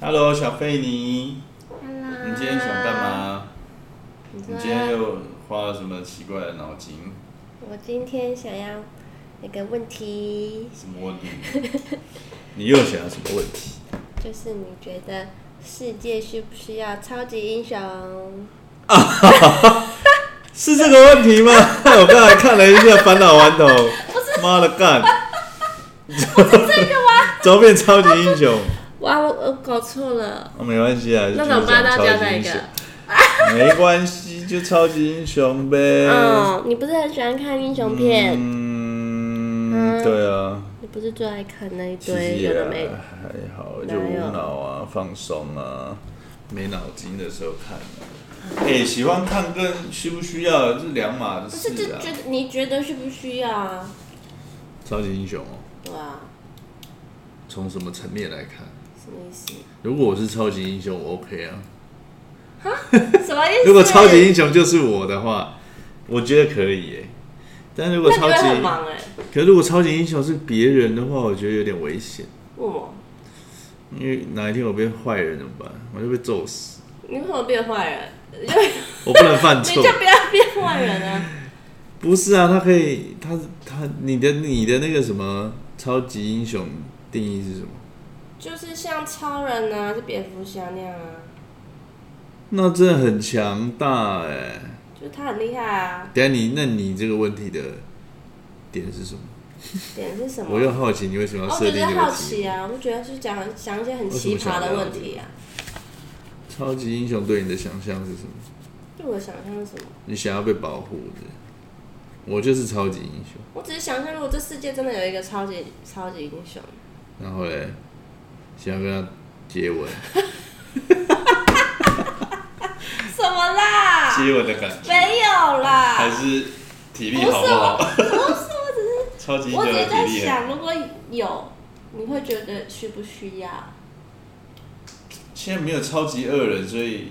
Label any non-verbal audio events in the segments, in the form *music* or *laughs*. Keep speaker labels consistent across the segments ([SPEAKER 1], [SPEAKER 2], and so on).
[SPEAKER 1] Hello，小费尼，
[SPEAKER 2] Hello。
[SPEAKER 1] 你今天想干？嘛？
[SPEAKER 2] 你
[SPEAKER 1] 你
[SPEAKER 2] 说
[SPEAKER 1] 今天又花了什么奇怪的脑筋？
[SPEAKER 2] 我今天想要那个问题， *laughs*
[SPEAKER 1] 什么问题？你又想要什么问题？
[SPEAKER 2] 就是你觉得世界需不需要超级英雄？
[SPEAKER 1] 是这个问题吗？ *laughs* 我刚才看了一下烦恼顽童，妈的干！ *laughs* 不是这个吗？怎么变超级英雄？
[SPEAKER 2] 哇，我我搞错了。
[SPEAKER 1] 哦，没关系啊，
[SPEAKER 2] 那怎么办？
[SPEAKER 1] 就
[SPEAKER 2] 那
[SPEAKER 1] 是讲
[SPEAKER 2] 我要
[SPEAKER 1] 超
[SPEAKER 2] 哪
[SPEAKER 1] 级英
[SPEAKER 2] 一
[SPEAKER 1] 雄
[SPEAKER 2] 个？？
[SPEAKER 1] 没关系，就超级英雄呗。
[SPEAKER 2] *laughs* 嗯，你不是很喜欢看英雄片？
[SPEAKER 1] 嗯，对啊，
[SPEAKER 2] 你不是最爱看那一
[SPEAKER 1] 其实
[SPEAKER 2] 堆有
[SPEAKER 1] 也
[SPEAKER 2] 的没？
[SPEAKER 1] 还好，
[SPEAKER 2] 哪
[SPEAKER 1] 就
[SPEAKER 2] 有
[SPEAKER 1] 无脑啊，放松啊，没脑筋的时候看、啊。哎、喜欢看跟需不需要是两码子
[SPEAKER 2] 不是，
[SPEAKER 1] 事
[SPEAKER 2] 这
[SPEAKER 1] 啊。
[SPEAKER 2] 觉得你觉得需不需要啊？
[SPEAKER 1] 超级英雄哦，
[SPEAKER 2] 哇，
[SPEAKER 1] 从什么层面来看？
[SPEAKER 2] 什么意思？
[SPEAKER 1] *laughs* 如果我是超级英雄，我 OK 啊。
[SPEAKER 2] 什么意思？
[SPEAKER 1] 如果超级英雄就是我的话，我觉得可以耶、但如果
[SPEAKER 2] 那你
[SPEAKER 1] 超
[SPEAKER 2] 会
[SPEAKER 1] 级，
[SPEAKER 2] 很忙哎、
[SPEAKER 1] 可是如果超级英雄是别人的话，我觉得有点危险，
[SPEAKER 2] 为什么？
[SPEAKER 1] 因为哪一天我变坏人怎么办？我就被揍死，
[SPEAKER 2] 你为什么变坏人？ *laughs* 你就
[SPEAKER 1] 我不能犯错
[SPEAKER 2] 你。就不要变坏人啊！
[SPEAKER 1] 不是啊，他可以，他他你的你的那个什么超级英雄定义是什么？
[SPEAKER 2] 就是像超人啊，就蝙蝠侠那样啊，
[SPEAKER 1] 那真的很强大哎、
[SPEAKER 2] 就是他很厉害啊。
[SPEAKER 1] 等一下你那你这个问题的点是什么？
[SPEAKER 2] 点是什么？
[SPEAKER 1] 我又好奇你为什么要
[SPEAKER 2] 哦
[SPEAKER 1] 设
[SPEAKER 2] 我
[SPEAKER 1] 定
[SPEAKER 2] 只
[SPEAKER 1] 这
[SPEAKER 2] 是
[SPEAKER 1] 个
[SPEAKER 2] 好
[SPEAKER 1] 题目？
[SPEAKER 2] 奇啊，我就觉得是讲讲一些很奇葩的问题啊。
[SPEAKER 1] 超级英雄对你的想象是什么？
[SPEAKER 2] 就我想象是什么？
[SPEAKER 1] 你想要被保护的，我就是超级英雄。
[SPEAKER 2] 我只是想象，如果这世界真的有一个超级超级英雄，
[SPEAKER 1] 然后嘞，想要跟他接吻，
[SPEAKER 2] 什么啦？
[SPEAKER 1] 接吻的感
[SPEAKER 2] 没有啦，
[SPEAKER 1] 是体
[SPEAKER 2] 不是我，？不
[SPEAKER 1] *laughs* 超级
[SPEAKER 2] 是我，我只是在想，如果有，你会觉得需不需要？
[SPEAKER 1] 现在没有超级恶人，所以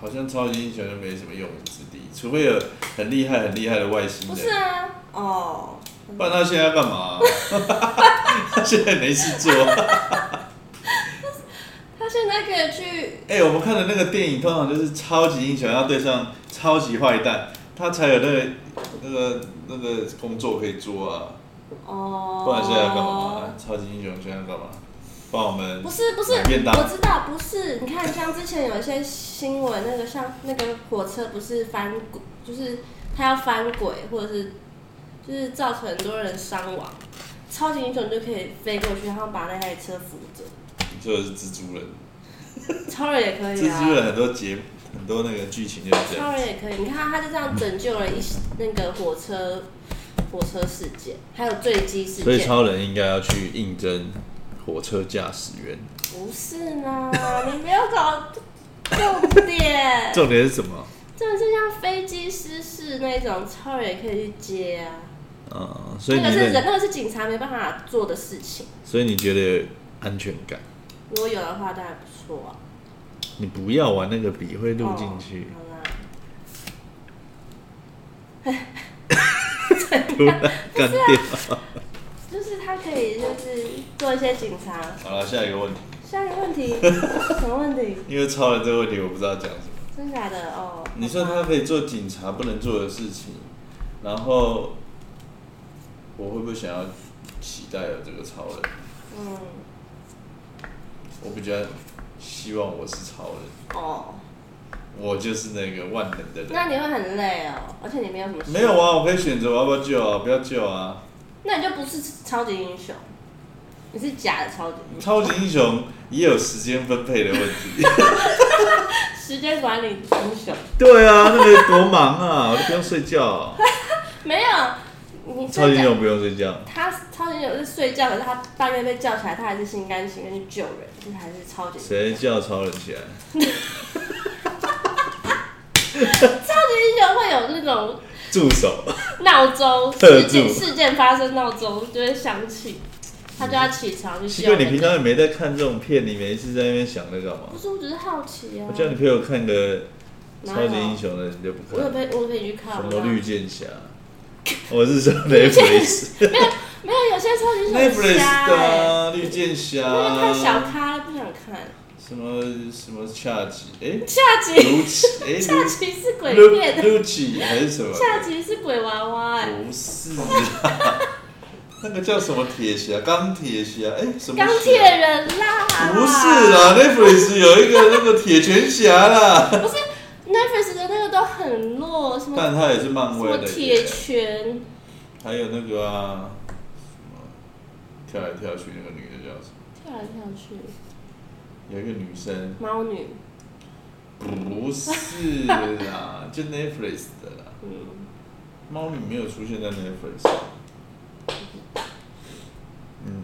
[SPEAKER 1] 好像超级英雄就没什么用武之地，除非有很厉害、很厉害的外星
[SPEAKER 2] 不是
[SPEAKER 1] 人。
[SPEAKER 2] 啊，哦，
[SPEAKER 1] 不然他现在要干嘛、他现在没事做。
[SPEAKER 2] 他现在可以去
[SPEAKER 1] 哎、我们看的那个电影通常就是超级英雄要对上超级坏蛋，他才有那个那个那个工作可以做啊。
[SPEAKER 2] 哦，
[SPEAKER 1] 不然现在要干嘛？超级英雄现在要干嘛？帮我们
[SPEAKER 2] 不是不是，
[SPEAKER 1] 买便当
[SPEAKER 2] 我知道不是。你看，像之前有一些新闻，那个像那个火车不是翻滚，就是它要翻轨，或者是就是造成很多人伤亡，超级英雄就可以飞过去，然后把那台车扶着，
[SPEAKER 1] 就是蜘蛛人，
[SPEAKER 2] 超人也可以
[SPEAKER 1] 蜘蛛
[SPEAKER 2] 啊，
[SPEAKER 1] 人很多节很多那个剧情就是这
[SPEAKER 2] 超
[SPEAKER 1] 样。
[SPEAKER 2] 人也可以。你看，他就这样拯救了一那个火车火车事件，还有坠机事
[SPEAKER 1] 所以
[SPEAKER 2] 件。
[SPEAKER 1] 超人应该要去应征火车驾驶员。
[SPEAKER 2] 不是呢，你不要搞重点。
[SPEAKER 1] 重点是什么？
[SPEAKER 2] 真的是像飞机失事那种，超人也可以去接啊。
[SPEAKER 1] 嗯，所以
[SPEAKER 2] 那
[SPEAKER 1] 你
[SPEAKER 2] 个是人，
[SPEAKER 1] 认，
[SPEAKER 2] 那个是警察没办法做的事情。
[SPEAKER 1] 所以你觉得有安全感？
[SPEAKER 2] 如果有的话，当然不错啊。
[SPEAKER 1] 你不要玩那个笔会录进去，
[SPEAKER 2] 哦好啦，
[SPEAKER 1] *laughs* 突然干掉。
[SPEAKER 2] 啊就是他可以就是做一些警察。
[SPEAKER 1] 好了，下一个问题，
[SPEAKER 2] 下一个问题，什么
[SPEAKER 1] *laughs*
[SPEAKER 2] 问题？
[SPEAKER 1] 因为超人这个问题我不知道讲什么。
[SPEAKER 2] 真假的哦？
[SPEAKER 1] 你说他可以做警察不能做的事情，然后我会不会想要期待有这个超人？
[SPEAKER 2] 嗯，
[SPEAKER 1] 我比较希望我是超人，
[SPEAKER 2] 哦，
[SPEAKER 1] 我就是那个万能的人。
[SPEAKER 2] 那你会很累哦，而且你没有什么。
[SPEAKER 1] 没有。啊，我可以选择我要不要救啊，不要救啊。
[SPEAKER 2] 那你就不是超级英雄，你是假的超级英雄。
[SPEAKER 1] 超级英雄也有时间分配的问题。
[SPEAKER 2] 时间管理英雄
[SPEAKER 1] 对啊，那个多忙啊， *laughs* 我都不用睡觉。
[SPEAKER 2] 没有，你
[SPEAKER 1] 超级英
[SPEAKER 2] 真的
[SPEAKER 1] 雄不用睡觉，
[SPEAKER 2] 他超级英雄是睡觉，可是他半夜被叫起来，他还是心甘情愿去救人，这还是超级英雄
[SPEAKER 1] 谁叫超人起来？
[SPEAKER 2] 超级英雄会有那种
[SPEAKER 1] 助手，
[SPEAKER 2] 闹钟
[SPEAKER 1] 特
[SPEAKER 2] 事件
[SPEAKER 1] 助
[SPEAKER 2] 事件发生闹钟就会响起，他就要起床去
[SPEAKER 1] 奇
[SPEAKER 2] 救
[SPEAKER 1] 怪，你平
[SPEAKER 2] 人。
[SPEAKER 1] 常也没在看这种片，你每一次在那边想那干嘛
[SPEAKER 2] 不？是，我只是好奇啊
[SPEAKER 1] 我。叫你陪我看个
[SPEAKER 2] 哪
[SPEAKER 1] 超
[SPEAKER 2] 有
[SPEAKER 1] 级英雄的，你就不
[SPEAKER 2] 我有
[SPEAKER 1] 看。
[SPEAKER 2] 陪，我可以去看。
[SPEAKER 1] 什
[SPEAKER 2] 我
[SPEAKER 1] 么
[SPEAKER 2] 看
[SPEAKER 1] 绿箭侠？我是说
[SPEAKER 2] *laughs*
[SPEAKER 1] 雷弗雷斯。
[SPEAKER 2] 没有，有些超级英雄
[SPEAKER 1] Netflix
[SPEAKER 2] 很瞎
[SPEAKER 1] 的
[SPEAKER 2] 哎，
[SPEAKER 1] 啊、绿箭侠
[SPEAKER 2] 因为太小咖了，不想想看
[SPEAKER 1] 什么什么恰吉，哎，
[SPEAKER 2] *laughs* 下集，
[SPEAKER 1] 卢奇， *laughs* 哎，
[SPEAKER 2] 下集是鬼
[SPEAKER 1] 卢
[SPEAKER 2] 片，
[SPEAKER 1] 卢奇还是什么？
[SPEAKER 2] 下集是鬼娃娃、哎，
[SPEAKER 1] 不是啦， *laughs* 那个叫什么铁侠？钢铁侠？哎，什么？
[SPEAKER 2] 钢铁。人啊啦，
[SPEAKER 1] 不是啊啦，Netflix 有一个那个铁拳侠啦，
[SPEAKER 2] 不是 Netflix 的那个都很弱，什么
[SPEAKER 1] 但他也是
[SPEAKER 2] 什
[SPEAKER 1] 漫威
[SPEAKER 2] 么
[SPEAKER 1] 的。
[SPEAKER 2] 铁拳，
[SPEAKER 1] 还有那个啊，什么跳来跳去那个女的叫什么？
[SPEAKER 2] 跳来跳去，
[SPEAKER 1] 有一个女生，
[SPEAKER 2] 猫女，
[SPEAKER 1] 不是啦，就 Netflix 的啦。
[SPEAKER 2] 嗯，
[SPEAKER 1] 猫女没有出现在 Netflix。嗯，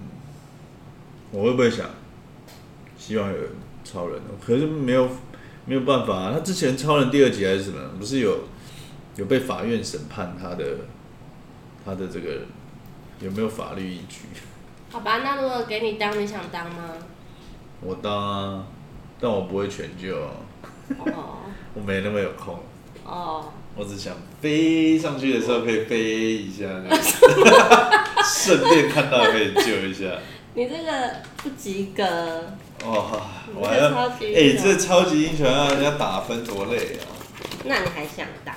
[SPEAKER 1] 我会不会想，希望有超人？可是没有，没有办法、啊。他之前超人第二集还是什么，不是有有被法院审判他的他的这个有没有法律依据？
[SPEAKER 2] 好吧，那如果给你当，你想当吗？
[SPEAKER 1] 我当啊，但我不会全救啊， *laughs*
[SPEAKER 2] 哦
[SPEAKER 1] 我没那么有空。
[SPEAKER 2] 哦，
[SPEAKER 1] 我只想飞上去的时候可以飞一下，这
[SPEAKER 2] *laughs*
[SPEAKER 1] 样顺便看到可以救一下。
[SPEAKER 2] 你这个不及格，
[SPEAKER 1] 哦，
[SPEAKER 2] 你
[SPEAKER 1] 完
[SPEAKER 2] 这个
[SPEAKER 1] 了！
[SPEAKER 2] 超级
[SPEAKER 1] 哎、
[SPEAKER 2] 英雄
[SPEAKER 1] 这超级英雄让人家打分多累啊！
[SPEAKER 2] 那你还想当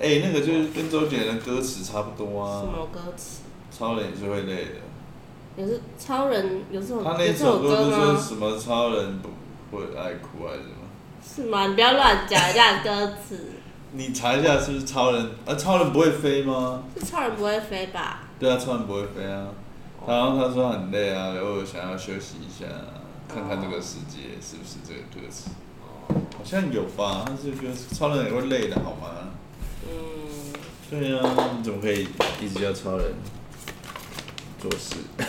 [SPEAKER 1] 哎、那个就是跟周杰伦的歌词差不多
[SPEAKER 2] 什
[SPEAKER 1] 啊，
[SPEAKER 2] 么歌词？
[SPEAKER 1] 超人也是会累的。
[SPEAKER 2] 有是超人有这种
[SPEAKER 1] 他
[SPEAKER 2] 有
[SPEAKER 1] 那
[SPEAKER 2] 这
[SPEAKER 1] 首
[SPEAKER 2] 首
[SPEAKER 1] 歌不是
[SPEAKER 2] 歌
[SPEAKER 1] 说
[SPEAKER 2] 吗？
[SPEAKER 1] 什么超人不会爱哭还是什么？
[SPEAKER 2] 是吗？你不要乱讲人家的歌词。
[SPEAKER 1] 你查一下是不是超人？啊，超人不会飞吗？
[SPEAKER 2] 是超人不会飞吧？
[SPEAKER 1] 对啊，超人不会飞啊。然后他说很累啊，然后想要休息一下，啊看看这个世界是不是这个歌词？好像有吧，他这个超人也会累的好吗？
[SPEAKER 2] 嗯，
[SPEAKER 1] 对啊，你怎么可以一直叫超人做事？ *laughs*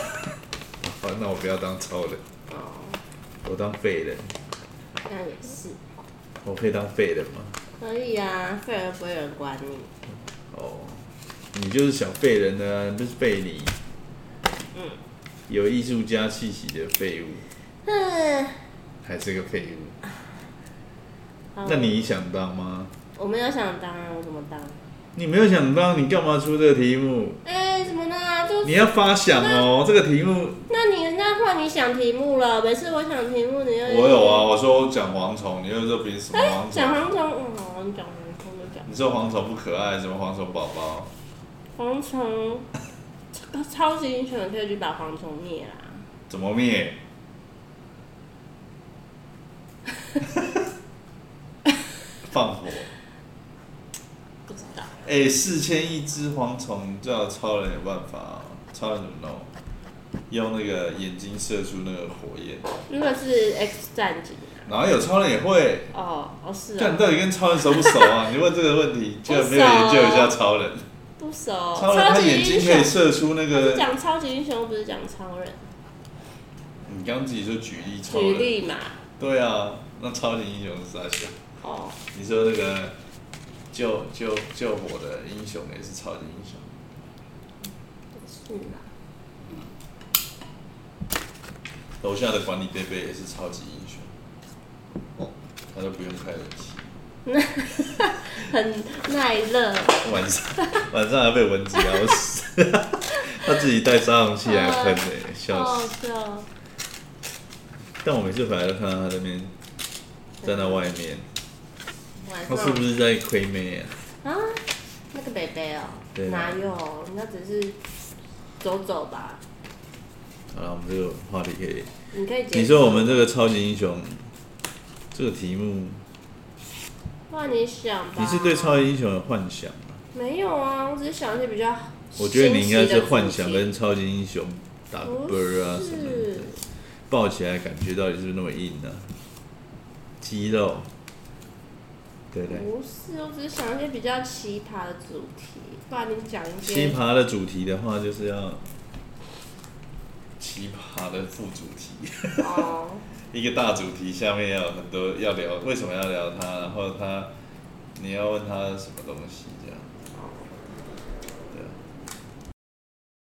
[SPEAKER 1] 好，那我不要当超人，
[SPEAKER 2] 哦，
[SPEAKER 1] 我当废人。
[SPEAKER 2] 那也是，
[SPEAKER 1] 我可以当废人吗？
[SPEAKER 2] 可以啊，废人不会有人管你。
[SPEAKER 1] 哦，你就是小废人呢、啊，不是废你。
[SPEAKER 2] 嗯
[SPEAKER 1] 有艺术家气息的废物，
[SPEAKER 2] 哼，
[SPEAKER 1] 还是个废物。
[SPEAKER 2] 好
[SPEAKER 1] 那你想当吗？
[SPEAKER 2] 我没有想当啊，我怎么当？
[SPEAKER 1] 你没有想当，你干嘛出这个题目？
[SPEAKER 2] 哎、怎么呢？就
[SPEAKER 1] 你要发想哦，这个题目
[SPEAKER 2] 那你那换你想题目了，每次我想题目你又
[SPEAKER 1] 我有啊。。我啊说我讲蝗虫，你又说别什么蝗
[SPEAKER 2] 讲
[SPEAKER 1] 虫？
[SPEAKER 2] 蝗虫，嗯，好你讲蝗虫就讲
[SPEAKER 1] 你说蝗虫不可爱，什么蝗虫宝宝？
[SPEAKER 2] 蝗虫，超超级英雄也可以去把蝗虫灭啦。
[SPEAKER 1] 怎么灭？ *laughs* 放火！
[SPEAKER 2] 不知道，
[SPEAKER 1] 哎、四千亿只蝗虫，最好超人有办法、啊。超人怎么弄？用那个眼睛射出那个火焰，
[SPEAKER 2] 那个是 X 战警啊。
[SPEAKER 1] 哪有超人也会？
[SPEAKER 2] 哦哦是
[SPEAKER 1] 看
[SPEAKER 2] 啊
[SPEAKER 1] 你，到底跟超人熟不熟
[SPEAKER 2] *laughs*
[SPEAKER 1] 啊？你问这个问题，居然没有研究一下超人。
[SPEAKER 2] 不熟。
[SPEAKER 1] 超人他
[SPEAKER 2] 级
[SPEAKER 1] 眼
[SPEAKER 2] 英
[SPEAKER 1] 睛可以
[SPEAKER 2] 雄。
[SPEAKER 1] 射出那
[SPEAKER 2] 我是
[SPEAKER 1] 个，
[SPEAKER 2] 讲超级英雄，不是讲超人。
[SPEAKER 1] 你刚自己说举例超
[SPEAKER 2] 举
[SPEAKER 1] 人，
[SPEAKER 2] 例嘛，
[SPEAKER 1] 对啊，那超级英雄是啥想？
[SPEAKER 2] 哦，
[SPEAKER 1] 你说那个救救救火的英雄也是超级英雄，
[SPEAKER 2] 是嘛，
[SPEAKER 1] 楼下的管理贝贝也是超级英雄，他都不用开冷气，
[SPEAKER 2] 很耐热。
[SPEAKER 1] 晚上
[SPEAKER 2] *laughs*
[SPEAKER 1] 晚上还被蚊子咬死， *laughs* 他自己带杀虫剂来喷的、笑
[SPEAKER 2] 哦
[SPEAKER 1] 死！，
[SPEAKER 2] 对哦，
[SPEAKER 1] 但我每次回来都看到他在那边站在外面，
[SPEAKER 2] 晚
[SPEAKER 1] 他是不
[SPEAKER 2] 上
[SPEAKER 1] 是在亏妹啊？
[SPEAKER 2] 啊，那个北北哦
[SPEAKER 1] 对，啊
[SPEAKER 2] 哪有？人家只是走走吧，
[SPEAKER 1] 好了，我们这个话题可以。
[SPEAKER 2] 你可以解。
[SPEAKER 1] 你说我们这个超级英雄这个题目，
[SPEAKER 2] 换你想吧。
[SPEAKER 1] 你是对超级英雄有幻想吗？
[SPEAKER 2] 没有啊，我只是想一些比较。
[SPEAKER 1] 我觉得你应该是幻想跟超级英雄打
[SPEAKER 2] 不
[SPEAKER 1] 啵儿啊什么的
[SPEAKER 2] 是，
[SPEAKER 1] 抱起来感觉到底是不是那么硬啊？肌肉，对不对？
[SPEAKER 2] 不是，我只是想一些比较奇葩的主题，不然你讲一
[SPEAKER 1] 奇
[SPEAKER 2] 些。
[SPEAKER 1] 葩的主题的话，就是要奇葩的副主题。
[SPEAKER 2] 哦，
[SPEAKER 1] 一个大主题下面要有很多要聊，为什么要聊它，然后它你要问他什么东西这样。
[SPEAKER 2] 哦
[SPEAKER 1] 啊